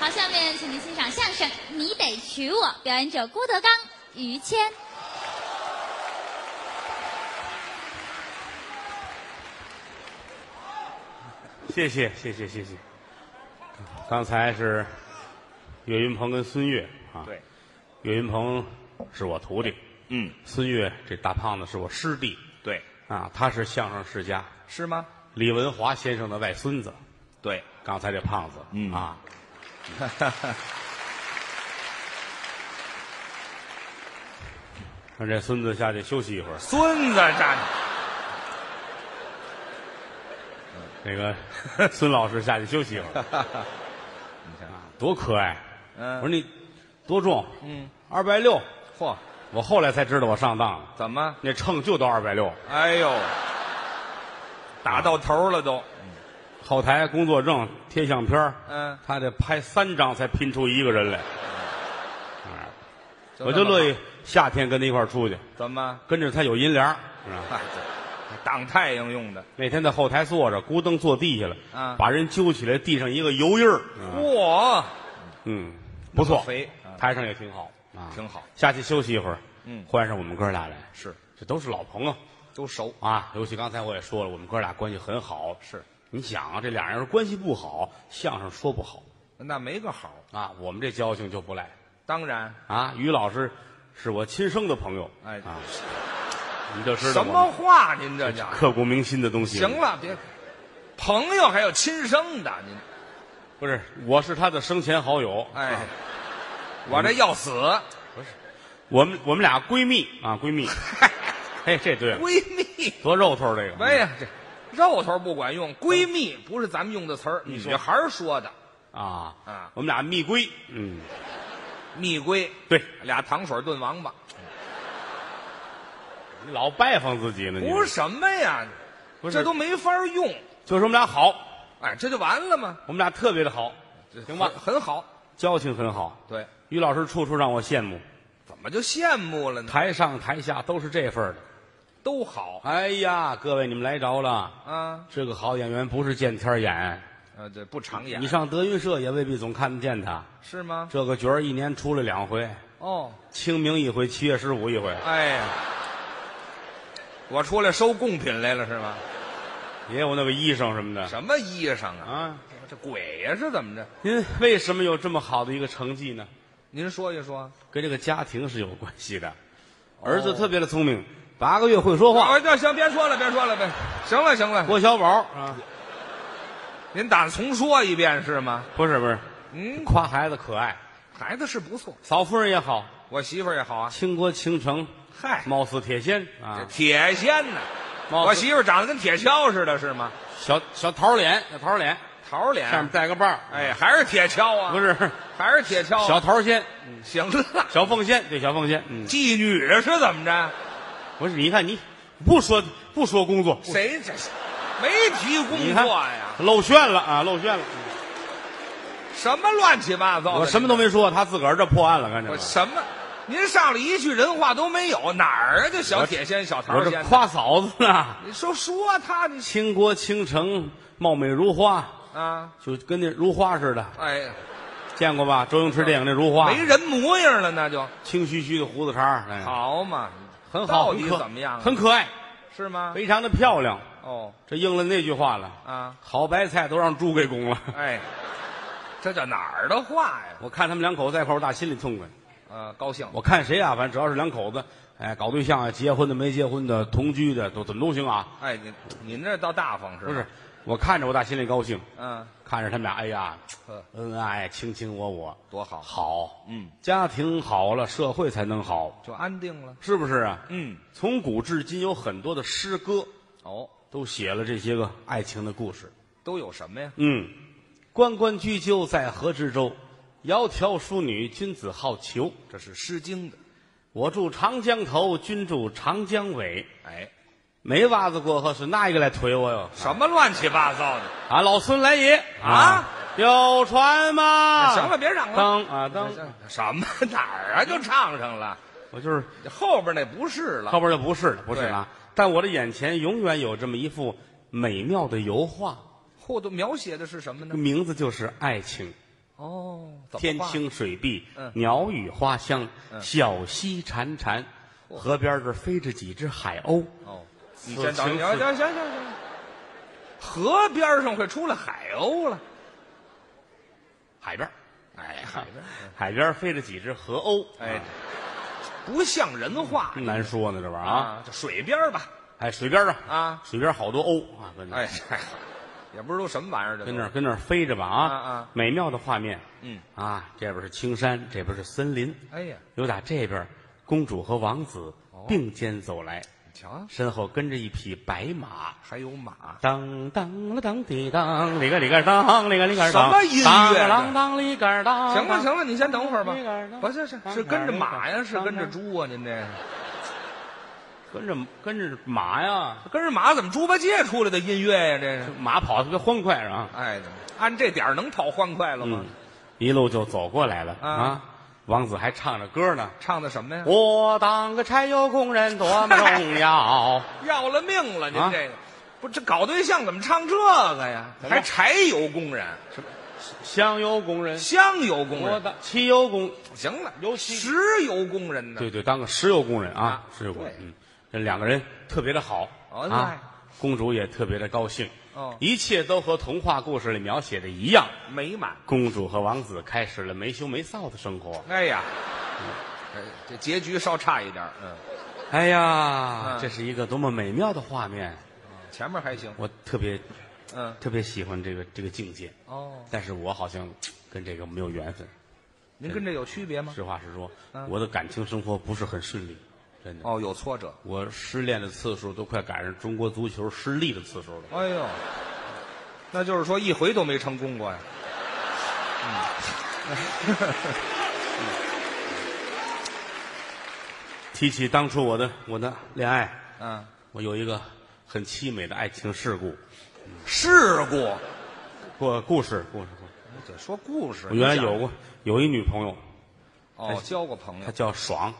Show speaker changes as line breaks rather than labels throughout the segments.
好，下面请您欣赏相声《你得娶我》，表演者郭德纲、于谦。
谢谢谢谢谢谢。刚才是岳云鹏跟孙越啊，
对，
岳云鹏是我徒弟，
嗯，
孙越这大胖子是我师弟
对，
啊，他是相声世家
是吗？
李文华先生的外孙子。
对，
刚才这胖子，
嗯
啊，让这孙子下去休息一会儿。
孙子站着，
那个孙老师下去休息一会 儿，啊
你看，
多可爱！
嗯
我说你多重？
嗯，
二百六。
嚯，
我后来才知道我上当了，
怎么？
那秤就到二百六。
哎呦，打到头了都，
后台工作证贴相片儿
嗯，
他得拍三张才拼出一个人来。啊
这么
我就乐意夏天跟他一块儿出去，
好，怎么？
跟着他有阴凉儿，是吧？
嗨，这挡太阳用的，
那天在后台坐着，咕噔坐地下了，
啊
把人揪起来，地上一个油印儿，
嚯，
嗯，不错，
肥啊
台上也挺好啊，
挺好
下去休息一会儿，
嗯
换上我们哥俩来，
是
这都是老朋友
都熟，
啊，尤其刚才我也说了，我们哥俩关系很好，
是，
你想啊，这俩人要是关系不好，相声说不好
那没个好，
啊，我们这交情就不赖
当然，
啊。于老师是我亲生的朋友，
哎
啊，你就知道
什么
我
话您这
们
叫？
刻骨铭心的东西，
行，了，别，朋友还有亲生的，您，
不是，我是他的生前好友，
哎
啊，
我这要死，
我们我们俩闺蜜啊，闺 蜜，哎，这对了，
闺蜜。
多肉头这个。
哎呀，这肉头不管用，闺蜜不是咱们用的词儿，
嗯你
女
说
孩儿说的。
啊
啊
我们俩蜜闺，嗯，
蜜闺
对，
俩糖水炖王八，
你老拜访自己呢，你
不是什么呀？
哎不是
这都没法用，
就是我们俩好，
哎，这就完了吗？
我们俩特别的好，
这
行吧
很很好。
交情很好。
对，
于老师处处让我羡慕，
怎么就羡慕了呢？
台上台下都是这份儿的。
都好
哎呀，各位你们来着了，
啊，
这个好演员不是见天儿演，
呃，这不常演
你上德云社也未必总看得见他。
是吗？
这个角儿一年出了两回，
哦，
清明一回，七月十五一回。
哎呀，我出来收贡品来了是吗？
也有那个医生什么的
什么衣裳啊？
啊。
这鬼呀是怎么着？
您为什么有这么好的一个成绩呢？
您说一说。
跟这个家庭是有关系的。儿子特别的聪明，八个月会说话。
我就哎行，别说了，别说了，别行了，行了。
郭小宝啊，
您打算重说一遍是吗？
不是不是，
嗯，
夸孩子可爱，
孩子是不错，
嫂夫人也好，
我媳妇儿也好啊。
倾国倾城，
嗨，
貌似铁仙
这
啊，
铁锨呢？
貌
我
似
媳妇儿长得跟铁锹似的，是吗？
小小桃脸，小桃脸，
桃脸，
上面带个把儿，
哎，还是铁锹嗯啊？
不，是
还是铁锹啊、
小桃仙，
行了，
小凤仙，对，小凤仙，嗯，
妓女是怎么着？
不是，你看你不说不说工作，不
谁这没提
你
工
看
作呀？
露馅了啊，露馅了，
什么乱七八糟的？
我什么都没说，他自个儿这破案了，看见
哦我
吗？
什么？您上来一句人话都没有，哪儿啊？这小铁锨、小桃
我这
锨，
夸嫂子呢。
你说说他你
倾国倾城，貌美如花，
啊？
就跟那如花似的，
哎呀，
见过吧？周星驰电影那如花，
没人模样了，那就
清虚虚的胡子茬儿，哎
好嘛，
很好，
到底
很可
怎么样啊？
很可哎爱，
是吗？
非常的漂亮。
哦
这应了那句话了，
啊，
好白菜都让猪给拱了。
哎，这叫哪儿的话呀？
我看他们两口子在一块儿，我打心里痛快。
呃，高兴，
我看谁啊，反正只要是两口子，哎，搞对象啊，结婚的、没结婚的、同居的，都怎么都行啊。
哎，您您这倒大方是吧？啊
不是，，我看着我打心里高兴，
嗯，
看着他们俩，哎呀，
呵，
恩爱卿卿我我，
多好，
好，
嗯，
家庭好了，社会才能好，
就安定了，
是不是啊？
嗯，
从古至今，有很多的诗歌
哦，
都写了这些个爱情的故事。
都有什么呀？
嗯，关关雎鸠，在河之洲。窈窕淑女，君子好逑。
这是《诗经》的，
我住长江头，君住长江尾。
哎，
没袜子过河是哪一个来推我哟？
什么乱七八糟的？
啊，老孙来也
啊！
有船吗？
行了，，别嚷了，
当啊当，
什么 哪儿啊？就唱上了，
我就是
后边那不是了
后，边就不是了，不是了啊。但我的眼前永远有这么一幅美妙的油画，
嗯后头描写的是什么呢？
名字就是爱情。
哦，怎么
天
画
清水碧，
嗯
鸟语花香，小溪潺潺，河边这儿飞着几只海鸥。
哦，
此
你先等，
情
你行
此
行行行行，河边上会出了海鸥了，
海边儿，哎，
海边儿嗯
海边儿飞着几只河鸥，
哎，不像人话
真难说呢，这玩意儿啊，
啊，就水边吧，
哎，水边儿啊，
啊，
水边儿好多鸥啊，跟那儿
哎，嗨也不知道什么玩意儿，这
跟
都
那儿跟那儿飞着吧
啊
啊
啊，
美妙的画面，
嗯
啊，这边是青山，这边是森林，
哎呀，
有打这边，公主和王子
哦
并肩走来，
你瞧，啊
身后跟着一匹白马。
还有马，
当当了当滴当，里个里个当，里个里个当，
什么音乐
当
这
当当里个当。
行了行了，你先等会儿吧
啊那个儿呢，
不是是是跟着马呀，是跟着猪啊，您这个
跟着跟着马呀，
跟着马怎么猪八戒出来的音乐呀？这是，
马跑得特别欢快是啊吧？
哎，按这点儿能讨欢快了吗
嗯？，一路就走过来了
啊嗯
啊。王子还唱着歌呢，
唱的什么呀？
我当个柴油工人多么重要。
要了命了！您
啊
这个、不这搞对象怎么唱这个呀？
怎么
还柴油工人、
香油工人，
香油工
我
人，
当汽油工，
行了，
油漆
石油工人呢？
对对，当个石油工人啊
嗯啊，
石油工人
对。
嗯，这两个人特别的好
哦
啊
哎，
公主也特别的高兴。
哦
一切都和童话故事里描写的一样。
美满。
公主和王子开始了没羞没臊的生活。
哎呀，哎这结局稍差一点儿，嗯，
哎呀，
嗯
这是一个多么美妙的画面！
前面还行，
我特别
嗯，
特别喜欢这个这个境界。
哦，
但是我好像跟这个没有缘分。
您跟这有区别吗？
实话实说，
嗯
我的感情生活不是很顺利，真的。
哦，有挫折。
我失恋的次数都快赶上中国足球失利的次数了。
哎呦，那就是说一回都没成功过呀。
提起当初我的我的恋爱，
嗯，
我有一个很凄美的爱情事故，
事故。
故故事故事故事。
得说故事。
我原来
你想
有过有一女朋友，
哦，交过朋
她
友，
叫爽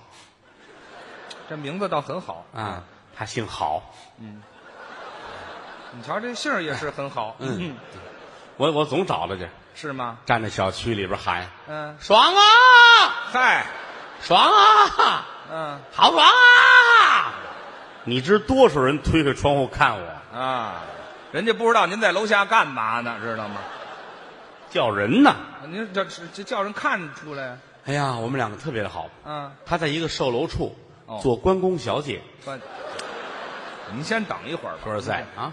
这名字倒很好。
啊，她姓郝。
你瞧这姓儿也是很好，嗯，
我我总找她去，
是吗？
站在小区里边喊
嗯，
爽啊
嗨，
爽啊！
嗯
好爽啊！你知多少人推开窗户看我
啊，人家不知道您在楼下干嘛呢，知道吗？
叫人呢？
您这这这叫人看出来，
哎呀，我们两个特别的好。
啊，
他在一个售楼处
哦
做关公小姐，
说，您先等一会儿吧。
说实在啊，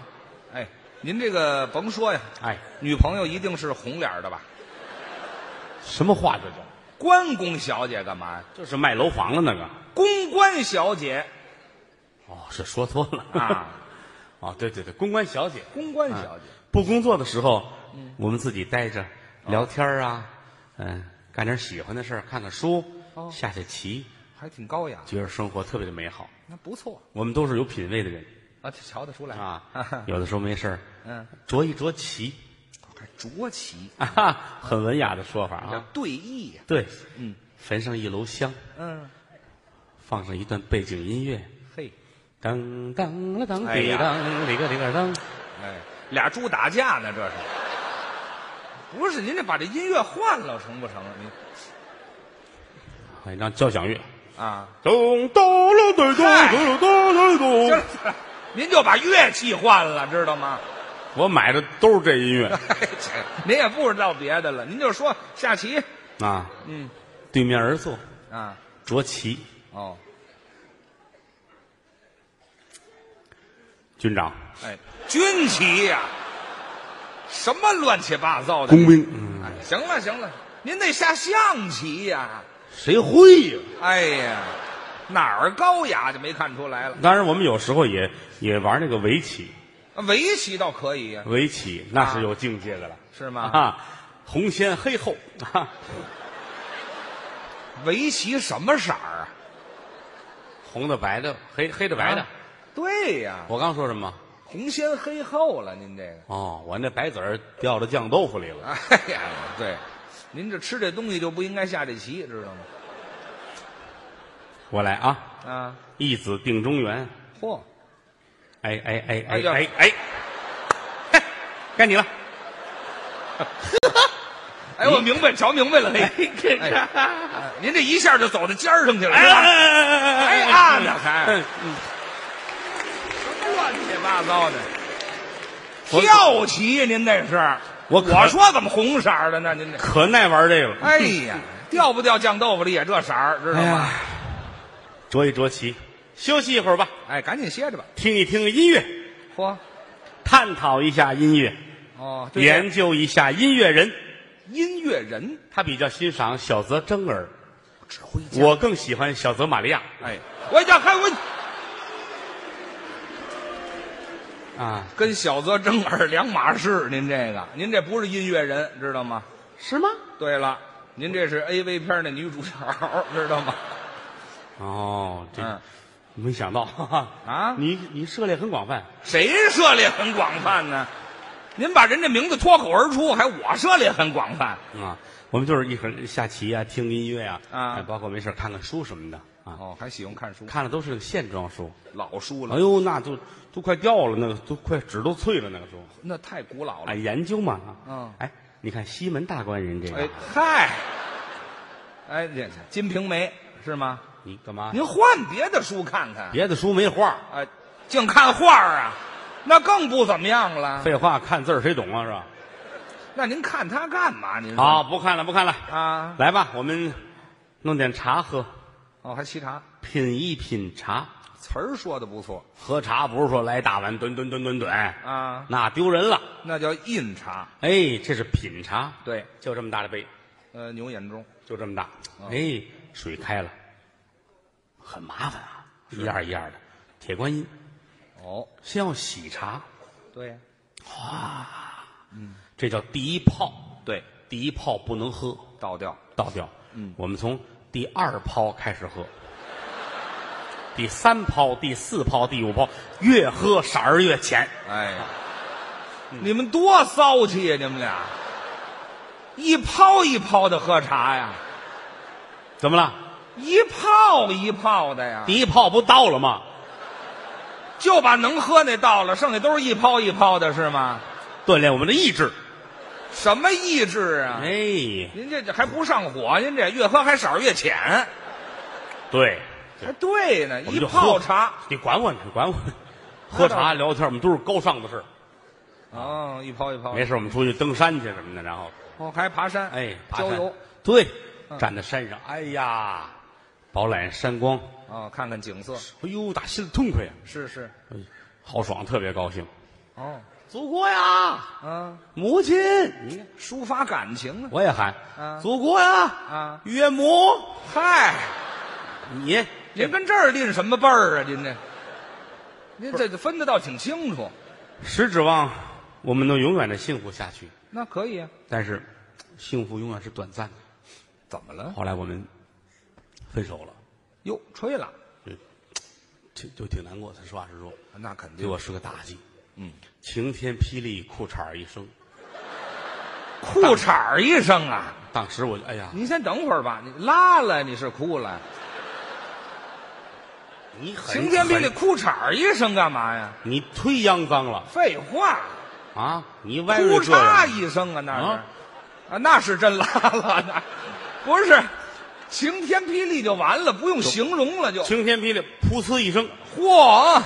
哎，您这个甭说呀，
哎，
女朋友一定是红脸儿的吧？
什么话这叫？
关公小姐干嘛呀？
就是卖楼房的那个。
公关 小姐
哦，是说错 了，
啊。
哦，对对对，公关小姐。
公关小姐，
不工作的时候，我们自己待着聊天儿啊，嗯，干点喜欢的事儿，看看书，
哦
下下棋，
还挺高雅，
觉得生活特别的美好。
那不错
我们都是有品位的人
啊，瞧得出来
啊， 有的时候没事儿，
嗯，
着一着棋
还着棋，
啊，哈， 很文雅的说法
这
啊。
对弈呀，
对，
嗯
焚上一篓香，
嗯，
放上一段背景音乐，
嘿。
当当了当
哎
滴
呀
当里个里个当。
哎，俩猪打架呢，这是。不是您这把这音乐换了成不成？您
哎，让交响乐。
啊，
咚咚了咚咚咚咚咚
行了
咚。
行了，您就把乐器换了，知道吗？
我买的都是这音乐
哎这您也不知道别的了，您就说下棋。
啊，
嗯
对面而坐，
啊，
着棋。
哦，
军长，
哎，军棋呀、什么乱七八糟的？
兵，
哎行了行了，您得下象棋呀、
谁会呀？
哎呀，哪儿高雅就没看出来了。
当然，我们有时候也也玩那个围棋，
围棋倒可以呀、
围棋那啊是有境界的了。
是吗？
啊，红先黑后啊，
围棋什么色儿啊？
红的白的，黑黑的白的。
啊对呀、
我刚说什么？
红先黑后了，您这个，
哦，我那白子儿掉到酱豆腐里了。
哎呀，对，您这吃这东西就不应该下这棋，知道吗？
我来啊，
啊，
一子定中原。
嚯，
哎哎哎
哎
哎
呀
哎 哎，嘿该你了。
哎，我明白，瞧明白了。嘿，
这这，
哎哎您这一下就走到尖儿上去了，
哎
是吧
哎
哎啊，那还
哎，嗯
什么乱七八糟的？
我
跳棋呀，您那是？
我可
我说怎么红色儿的呢？您这，
可耐玩这个了。哎
哎呀，掉不掉酱豆腐里也这色儿，知道吗？
着一着棋，休息一会儿吧，
哎，赶紧歇着吧。
听一听音乐，
嚯，
探讨一下音乐，
哦，对
研究一下音乐人。
音乐人
他比较欣赏小泽征尔，
指挥家，
我更喜欢小泽玛利亚
哎，我呀，还我
啊，
跟小泽征尔两码事，您这个，您这不是音乐人，知道吗？
是吗？
对了，您这是 AV 片的女主角，知道吗？
哦，
嗯
这没想到哈哈
啊
你你涉猎很广泛，
谁涉猎很广泛呢？您把人家名字脱口而出，还我涉猎很广泛。
啊，我们就是一会儿下棋啊，听音乐啊，
啊
哎包括没事儿看看书什么的啊，
哦，还喜欢看书，
看的都是线装书，
老书了，
哎呦，那都都快掉了，那个都快纸都脆了那个书，
那太古老了
啊，。研究嘛，
嗯
哎，你看西门大官人这
哎
个，
嗨，哎，这《金瓶梅》是吗？
你干嘛？
您换别的书看看，
别的书没画，
哎，净看画儿啊，那更不怎么样了。
废话，看字儿谁懂啊？是吧？
那您看它干嘛？您说
好，不看了，不看了，
啊，
来吧，我们弄点茶喝，
哦，还沏茶，
品一品茶。
词儿说的不错
喝茶不是说来大碗吨吨吨吨吨，
啊，
哎那丢人了。
那叫印茶。
哎，这是品茶，
对，
就这么大的杯，
呃，牛眼中
就这么大。哎，水开了，很麻烦啊，一样一样的。铁观音
哦，
先要洗茶，
对
这叫第一泡。
对，
第一泡不能喝，
倒掉
倒掉。嗯，我们从第二泡开始喝，第三泡、第四泡、第五泡，越喝色儿越浅。
哎， 你们多骚气呀、你们俩，一泡一泡的喝茶呀，
怎么了？
一泡一泡的呀，
第一泡不倒了吗？
就把能喝那倒了，剩下都是一泡一泡的，是吗？
锻炼我们的意志。
什么意志啊？
哎，
您这这还不上火，您这越喝还色儿越浅，
对，
还对呢，
我
一
们就
泡
喝
茶，
你管我，你管我。喝
那倒
茶聊天，我们都是高尚的事儿。
哦，一泡一泡，
没事，我们出去登山去什么的，然后
哦，还爬山，
哎，爬
郊
山
游，嗯
对，站在山上，哎呀，饱览山光，
哦，看看景色，
哎呦，打心里痛快呀，
是是，
哎，豪爽，特别高兴。
哦，
祖国呀，
嗯，
母亲，你看
抒发感情啊，
我也喊，
啊
祖国呀，
啊
岳母，
嗨。
你
您跟这儿拎什么辈儿啊？您这，您这分得倒挺清楚。
实指望我们能永远的幸福下去，
那可以啊。
但是幸福永远是短暂的。
怎么了？
后来我们分手了，
哟，吹了，
就就挺难过的。实话实说，
那肯
对
定。
我是个打击。
嗯，
晴天霹雳，裤衩儿一声。
裤衩儿一声啊！
当时我就哎呀，
您先等会儿吧，你拉了你是哭了，
你很
晴天霹雳
很
裤衩儿一声干嘛呀？
你忒肮脏了
废话，
啊！你歪
哭
着这
嚓
样，
一声啊，那是
啊
啊那是真拉了，那不是晴天霹雳就完了，不用形容了就。
晴天霹雳，噗呲一声，
嚯，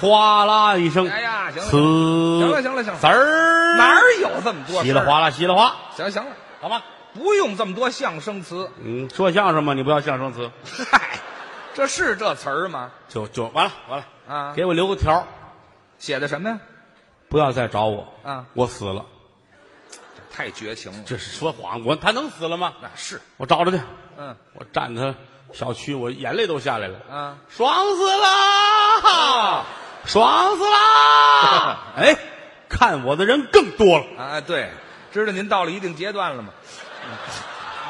哗啦一声，
哎呀行了
呲，
行了行了行了
滋儿
哪儿有这么多
稀
事
里
儿啊？
哗啦稀里哗啦，
行行了。
好吧？
不用这么多相声词。
嗯，说相声嘛，你不要相声词，
嗨，这是这词儿吗？
就就完了完了
啊
给我留个条儿，
写的什么呀？
不要再找我
啊！
我死了，
太绝情了。
这是说谎，我他能死了吗？
那是，
我找着去，
嗯
我站他小区，我眼泪都下来了。
啊，
爽死啦！爽死 啦！哎，看我的人更多了。
啊，对，知道您到了一定阶段了吗？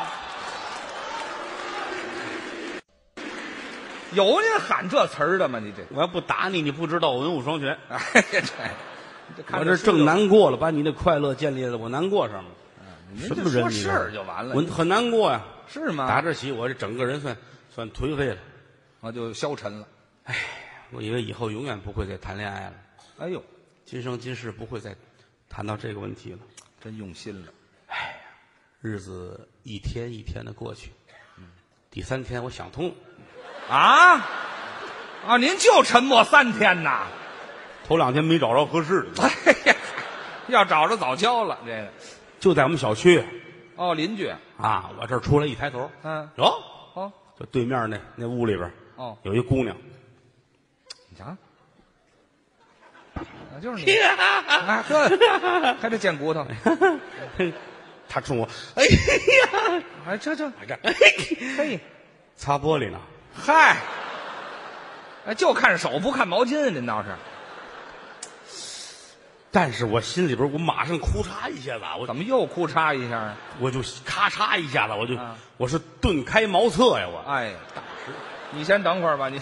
有您喊这词儿的吗？你这，
我要不打你，你不知道我文武双全。
哎呀，这，这看
我这
着
正难过了，把你的快乐建立在我难过上了。
您
什
就
么人
说
你这是？
事儿就完了
我，很难过呀、
是
打
吗？
这起，我这整个人算算颓废了。
啊，就消沉了。
我以为以后永远不会再谈恋爱了，
哎呦，
今生今世不会再谈到这个问题了。
真用心了。
日子一天一天的过去。第三天，我想通了，
啊啊！您就沉默三天呐？
头两天没找着合适的，
哎呀， 要找着早交了这个。
就在我们小区
哦，邻居，
啊，我这儿出来一抬头，
嗯
哟，
哦
就对面那那屋里边儿
哦，
有一姑娘，
你瞧，啊就是 你，啊呵，还得贱骨头，
她冲我，哎呀，
哎，这这，
哎呀
嘿，
擦玻璃呢，
嗨，哎，就看手不看毛巾，您倒是
但是我心里边儿我马上哭嚓一下子啊，我
怎么又哭嚓一下啊？
我就咔嚓一下子，我就、
啊
我是顿开茅厕呀，我
哎，大师，你先等会儿吧，您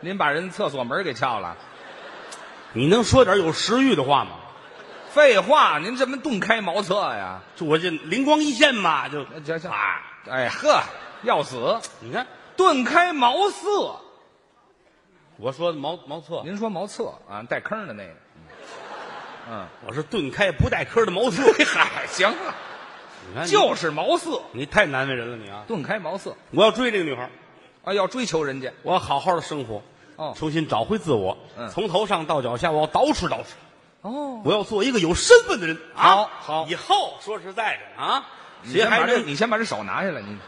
您把人厕所门给撬了。
你能说点有食欲的话吗？
废话，您这么顿开茅厕呀？
就我这灵光一现嘛，就
呃这这
啊，
哎呵，要死！
你看
顿开茅塞，
我说的茅茅厕，
您说茅厕啊，带坑的那个，嗯，
我是顿开不带坑的茅 厕，
嗨，行了，
你看你
就是茅塞，
你太难为人了你啊！
顿开茅塞
我要追这个女孩儿，
啊，要追求人家
我要好好的生活，
哦
重新找回自我，
嗯
从头上到脚下，我要捯饬捯饬，
哦。
我要做一个有身份的人啊！
好好
以后说实在的啊，
你
谁
先
还
把这，
能
你先把这手拿下来，你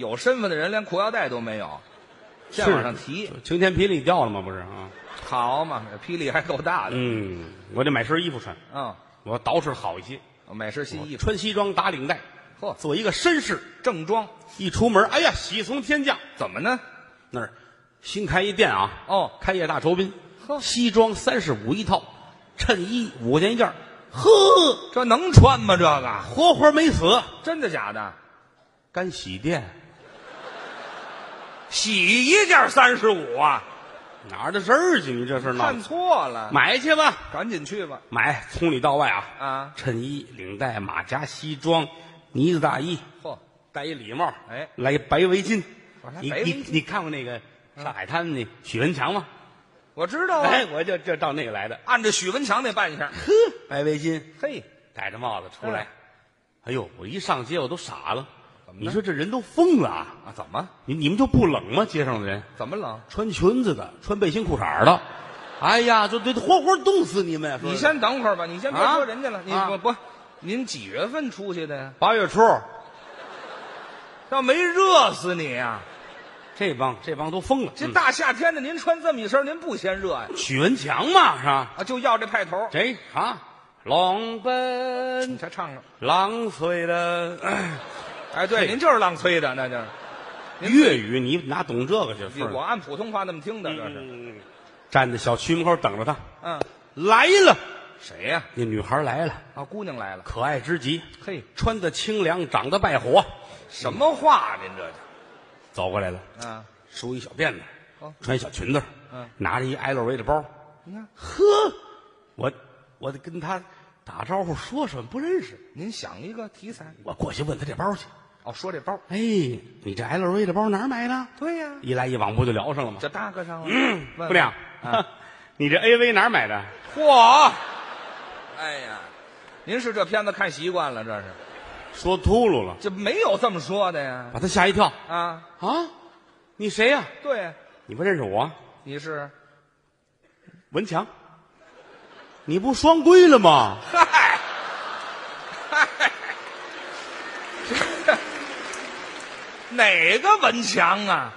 有身份的人连裤腰带都没有，现往上提，
是晴天霹雳掉了吗？不是啊，
好嘛，这霹雳还够大的，
嗯，我得买身衣服穿，
嗯，
我要捯饬好一些，
买身新衣服，
穿西装打领带，
呵，
做一个绅士。
正装，
一出门，哎呀，喜从天降！
怎么呢？
那儿新开一店啊，
哦
开业大酬宾，
呵
西装三十五一套，衬衣五块钱一件儿，呵，
这能穿吗？这个
活活没死。
真的假的？
干洗店
洗一件三十五啊？
哪儿的事儿去？你这是闹
看
的？
错了，
买去吧，
赶紧去吧。
买从里到外啊，
啊，
衬衣、领带、马甲、西装、呢子大衣，
嚯，
戴一礼帽，
哎
来一白围巾
我来。
你
白围
你
巾嗯
你看过那个上海滩那许文强吗？
我知道啊，
哎，我就就到那个来的。
按着许文强那扮相，
呵，白围巾，
嘿，
戴着帽子出
嗯
来。哎呦，我一上街我都傻了。
怎么呢
你说这人都疯了啊！
啊，怎么
你你们就不冷吗？街上的人
怎么冷？
穿裙子的，穿背心裤衩的，哎呀，就得活活冻死你们！说
你先等会儿吧，你先别
啊
说人家了，你
啊
不不，您几月份出去的呀？
八月初，
要没热死你啊！
这帮这帮都疯了。
这
嗯
大夏天的，您穿这么一身，您不嫌热呀？
许文强嘛是吧？
啊，就要这派头，
谁啊？浪奔
你才唱了。
浪催的
哎，对，
嘿
您就是浪吹的，那就是。您
粤语，你哪懂这个去？
你我按普通话那么听的，这是。
嗯站在小区门口等着他
嗯，
来了，
谁呀？
那女孩来了，
啊，姑娘来了。
可爱之极，
嘿，
穿的清凉，长得败火，
什么话？您这
走过来了，
是啊？
梳一小辫子
哦，
穿一小裙子，
嗯
拿着一 LV 的包，
你看，
呵，我我得跟他打招呼说什么不认识，
您想一个题材
我过去问他这包去，
哦，说这包。
哎，你这 LV 的包哪儿买的？
对呀，嗯
一来一往不就聊上了吗？
这搭个上了。问
姑娘，
啊
你这 AV 哪儿买的？
嚯！哎呀，您是这片子看习惯了，这是
说秃噜了，
这没有这么说的呀。
把他吓一跳
啊，
啊！你谁呀、
对，
你不认识我？
你是
文强，你不双规了吗？
嗨，哪个文强啊？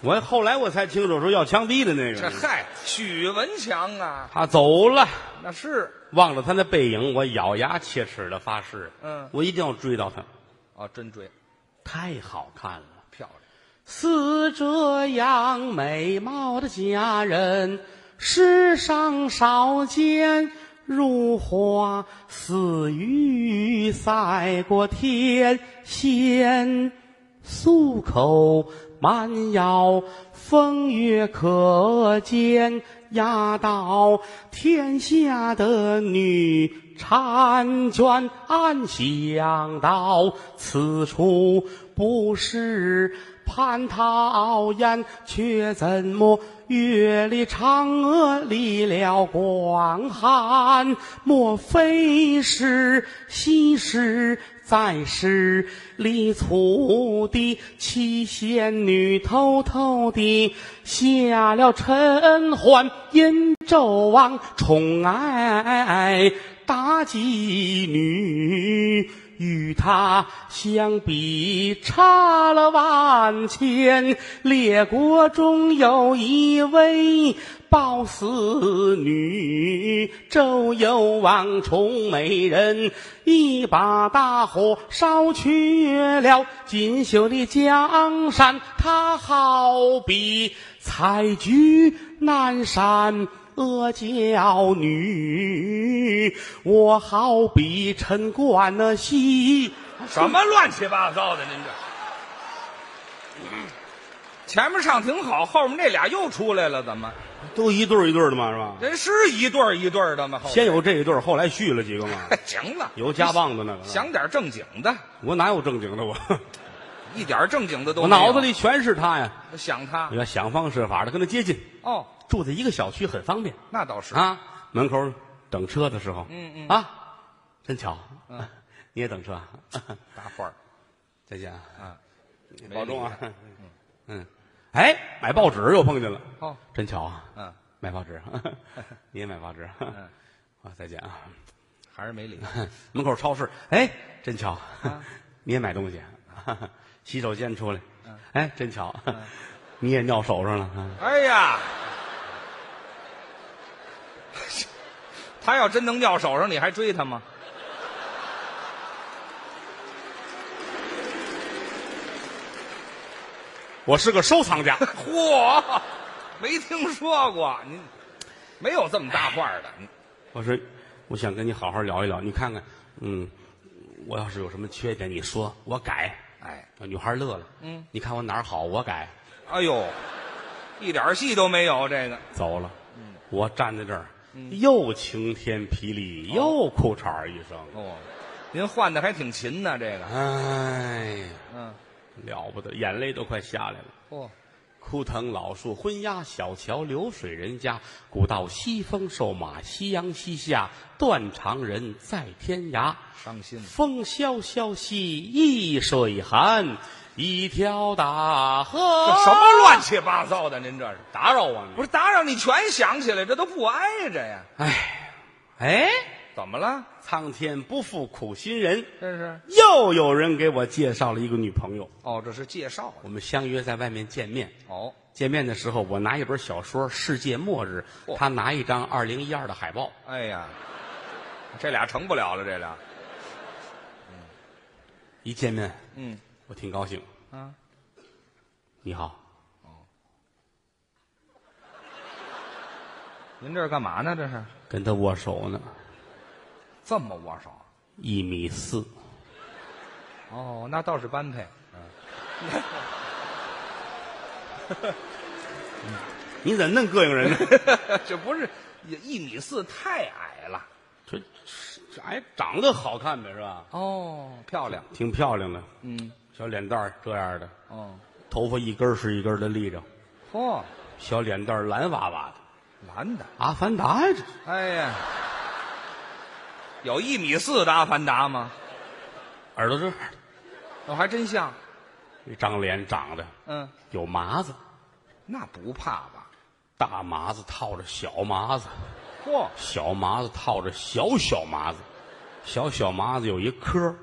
我后来我才清楚说要枪毙的那
这
个，
嗨，许文强啊，
他走了，
那是
望着他那背影，我咬牙切齿的发誓，
嗯
我一定要追到他，
哦，真追
太好看了。
漂亮，
似这样美貌的佳人，世上少见。如花似玉，赛过天仙。素口蛮腰，风月可见，压倒天下的女婵娟暗想到，此处不是蟠桃宴，却怎么月里嫦娥离了广寒？莫非是西施在是李楚的七仙女偷偷地下了尘寰，因纣王宠爱妲己女，与她相比差了万千。列国中有一位褒姒女，周幽王宠美人，一把大火烧去了锦绣的江山。她好比采菊南山。阿呃娇女，我好比陈冠那西。
什么乱七八糟的？您这嗯前面唱挺好，后面那俩又出来了，怎么？
都一对儿一对儿的嘛，是吧？
人是一对儿一对儿的吗？后面。
先有这一对儿，后来续了几个嘛
行了，
有加棒的那个，
想点正经的，
我哪有正经的我？
一点正经的都
我
没有
脑子里全是他呀！
想他
你要想方设法的跟他接近，
哦，
住在一个小区很方便
那倒是
啊。门口等车的时候，
嗯嗯
啊，真巧， 你也等车啊，
大花儿，
再见啊，
嗯没
保重啊
理他。
嗯，哎，买报纸又碰见了，
哦，
真巧啊，
嗯，
买报纸，你也买报纸， 啊，再见啊。
还是没理他。
门口超市，哎，真巧，你也买东西，洗手间出来，哎，真巧，你也尿手上了，
哎呀， 他要真能尿手上，你还追他吗？
我是个收藏家，
嚯，没听说过，您没有这么大话的。你
我说，我想跟你好好聊一聊，你看看，嗯，我要是有什么缺点，你说我改。啊
哎，
女孩乐了，嗯，你看我哪儿好，我改，
哎呦，一点戏都没有，这个
走了，我站在这儿，又晴天霹雳，又裤衩儿一声，
哦，您换的还挺勤呢，这个，
哎，
嗯，
了不得，眼泪都快下来了。
嚯，
枯藤老树昏鸦，小桥流水人家。古道西风瘦马，夕阳西下，断肠人在天涯。
伤心了，
风萧萧兮易水寒，一条大河。
这什么乱七八糟啊的？您这是
打扰我？
不是打扰你全想起来，这都不挨着呀？
哎，哎，
怎么了？
苍天不负苦心人，
这是
又有人给我介绍了一个女朋友。
哦，这是介绍的
我们相约在外面见面。
哦，
见面的时候，我拿一本小说《世界末日》，
嚯
他拿一张二零一二的海报。
哎呀，这俩成不了了，这俩，
一见面，
嗯
我挺高兴。
啊，
你好，
您这是干嘛呢？这是
跟他握手呢，
这么握手？
一米四，
哦，那倒是般 配，
你怎么恁膈应人呢？
这不是也一米四太矮了
这这哎，长得好看呗，是吧？
哦，漂亮，
挺漂亮的，
嗯，
小脸蛋儿这样的，
哦，
头发一根儿是一根儿的立着，
嚯、
小脸蛋儿蓝哇哇的。
男的，
阿凡达呀，这
哎呀，有一米四的阿凡达吗？
耳朵这样的，
我、哦还真像，
这张脸长得
嗯，
有麻子，
那不怕吧？
大麻子套着小麻子，
嚯、
小麻子套着小小麻子，小小麻子有一颗儿，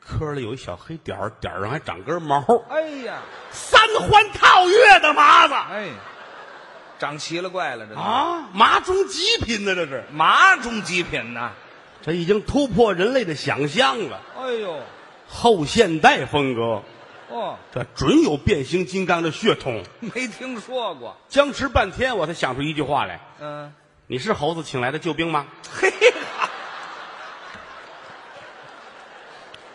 颗儿里有一小黑点儿，点儿上还长根毛。
哎呀，
三环套月的麻子
哎，长奇了怪了，这都
啊，麻中极品呢，这是，
麻中极品呐！
这已经突破人类的想象了，
哎呦，
后现代风格，
哦，
这准有变形金刚的血统。
没听说过，
僵持半天，我才想出一句话来
嗯、：“
你是猴子请来的救兵吗
嘿，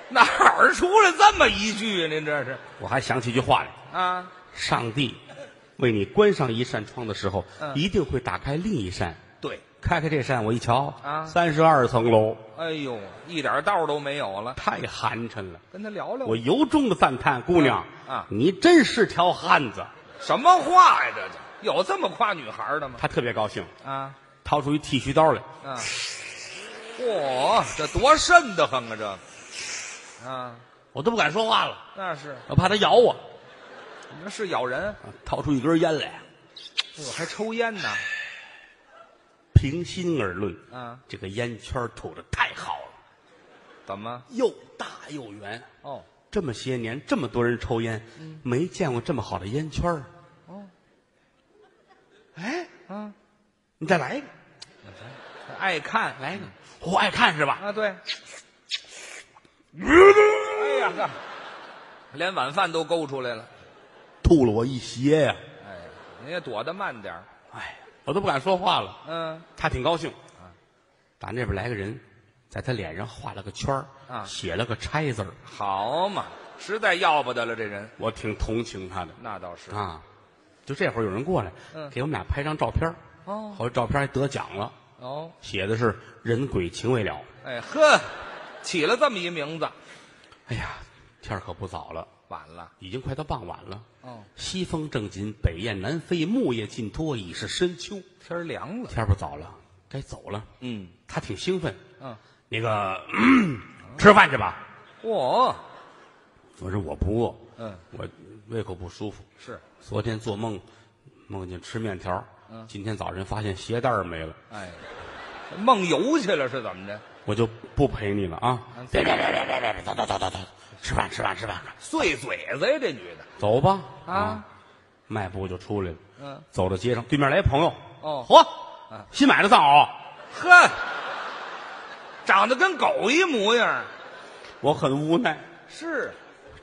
哪儿出来这么一句啊？您这是？”
我还想起一句话来
啊？：“
上帝为你关上一扇窗的时候，
嗯
一定会打开另一扇。
对，
开开这扇，我一瞧
啊
三十二层楼，
哎呦，一点道儿都没有了。
太寒碜了。
跟他聊聊，
我由衷的赞叹，姑娘
哦啊
你真是条汉子。
什么话呀？这就有这么夸女孩的吗？
她特别高兴，
啊
掏出一剃须刀来，
啊！嚯，这多瘆得慌啊！这啊，
我都不敢说话了，
那是
我怕她咬我。
那是咬人，
啊掏出一根烟来，
我哦还抽烟呢。
平心而论，
啊，
这个烟圈吐的太好了，
怎么？
又大又圆。
哦
这么些年，这么多人抽烟，没见过这么好的烟圈儿。
嗯哦，
哎，
啊，
你再来一个，
爱看
来一个，我爱看是吧？
啊，对。哎呀，这连晚饭都勾出来了。
吐了我一鞋呀、
哎，你也躲得慢点儿
哎，我都不敢说话了。
嗯，
他挺高兴，打那边来个人，在他脸上画了个圈儿
啊
写了个拆字儿。
好嘛，实在要不得了，这人
我挺同情他的
那倒是。
啊。就这会儿有人过来，
嗯
给我们俩拍张照片儿
哦
好，照片还得奖了，
哦，
写的是人鬼情未了。
哎呵，起了这么一名字，
哎呀，天儿可不早了，
晚了。
已经快到傍晚了。
哦，
西风正紧，北雁南飞，木叶尽脱，已是深秋。
天儿凉了。
天儿不早了，该走了。
嗯
他挺兴奋，
嗯，
那个、嗯吃饭去吧。
嚯，
我说我不饿，
嗯，
我胃口不舒服。
是，
昨天做梦，梦见吃面条，
嗯
今天早晨发现鞋带儿没了，
哎，梦游去了是怎么着？
我就不陪你了啊
嗯！
别别别别别别别，走走走走走，吃饭吃饭吃饭，
碎嘴子呀，这女的。
走吧
啊！
迈步就出来了，
嗯，
走到街上，对面来一朋友，
哦
嚯
啊，
新买的藏獒，
呵，长得跟狗一模样。
我很无奈，
是，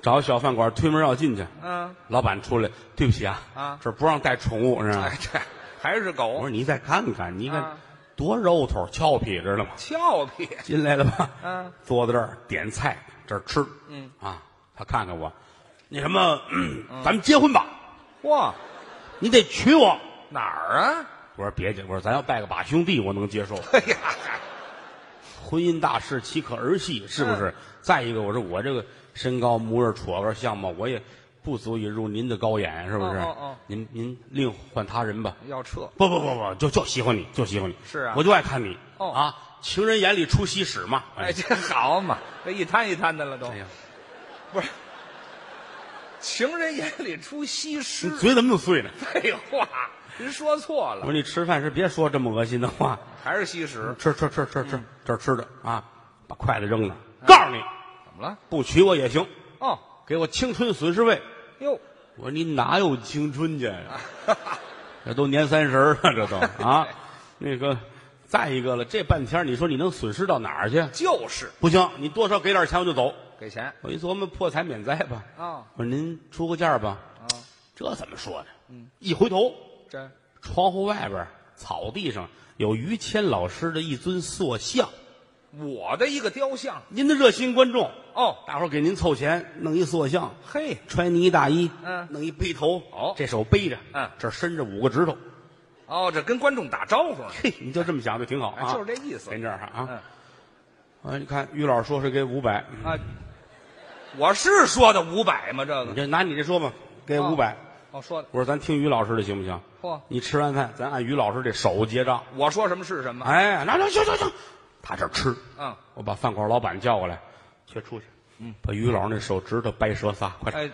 找小饭馆推门要进去，
嗯，
老板出来，对不起啊，
啊
这儿不让带宠物，是吧
哎，？这还是
我
狗
说，你再看看，你看
啊
多肉头俏皮，知道吗？
俏皮。
进来了吧？
嗯，
坐在这儿点菜，这儿吃，
嗯
啊，他看看我，那什么，嗯咱们结婚吧，
嚯，
你得娶我。
哪儿啊？
我说别介，我说咱要拜个把兄弟，我能接受。
哎呀，
婚姻大事岂可儿戏，是不
嗯
是？再一个，我说我这个身高、模样、矬个相貌，我也不足以入您的高眼，是不是？
哦哦哦
您您另换他人吧。
要撤。
不不不不，就就喜欢你，就喜欢你。
是啊
我就爱看你。
哦
啊，情人眼里出西施嘛。
哎，这好嘛，这一摊一摊的了都
哎。呀，
不是，情人眼里出西施
你。嘴怎么那么碎呢？
废话，人说错
我
了
说，你吃饭时别说这么恶心的话，
还是西施？
吃吃吃吃吃，这儿吃的啊，把筷子扔了，告诉你，
怎么了？
不娶我也行，
哦，
给我青春损失费。
哟，
我说你哪有青春去呀？这都年三十儿了，这都啊，那个，再一个了，这半天你说你能损失到哪儿去？
就是
不行，你多少给点钱我就走。
给钱
我一琢磨，破财免灾吧。
啊
我说您出个价吧。
啊，
这怎么说呢？一回头，
这
窗户外边草地上有于谦老师的一尊塑像。
我的一个雕像
您的热心观众，
哦，
大伙儿给您凑钱弄一塑像，
嘿，
穿呢大衣，
嗯
弄一背头，
哦
这手背着，
嗯
这儿伸着五个指头，
哦，这跟观众打招呼呢，
嘿，你就这么想就挺好
哎
啊，
就是这意思
跟这儿啊
嗯，
啊，你看于老师说是给五百，
啊，我是说的五百吗？这
你
个
就拿你这说吧，给
哦
五百。
哦，说的
我说咱听于老师的行不行？
嚯
你吃完饭咱按于老师这手结账。
我说什么是什么？
哎，那那行行行，他这儿吃，
嗯，
我把饭馆老板叫过来，去出去，嗯，把于老师那手指头掰折仨，快点。
哎，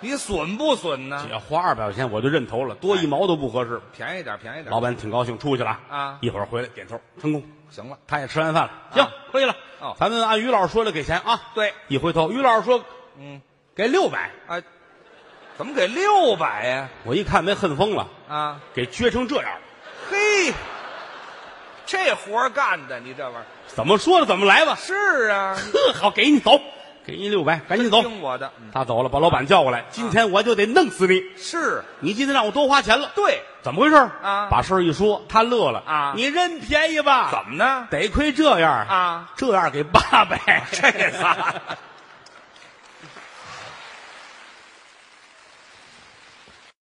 你损不损呢
只？要花二百块钱我就认头了，多一毛都不合适。
便宜点，便宜点，
老板挺高兴，出去了
啊
一会儿回来点头，成功。
行了，
他也吃完饭了，行
啊，
可以了
哦。
咱们按于老师说的给钱啊。
对，
一回头，于老师说
嗯，
给六百，
啊，怎么给六百呀？
我一看没恨疯了，
啊，
给撅成这样，
嘿，这活儿干的，你这玩意儿
怎么说的怎么来吧。
是啊，
呵，好，给你走，给你六百，赶紧走。
听我的，嗯
他走了，把老板叫过来，今天我就得弄死你！
是
你今天让我多花钱了，
对，
怎么回事
啊
把事儿一说，他乐了
啊
你认便宜吧？
怎么呢？
得亏这样
啊，
这样给八百，这仨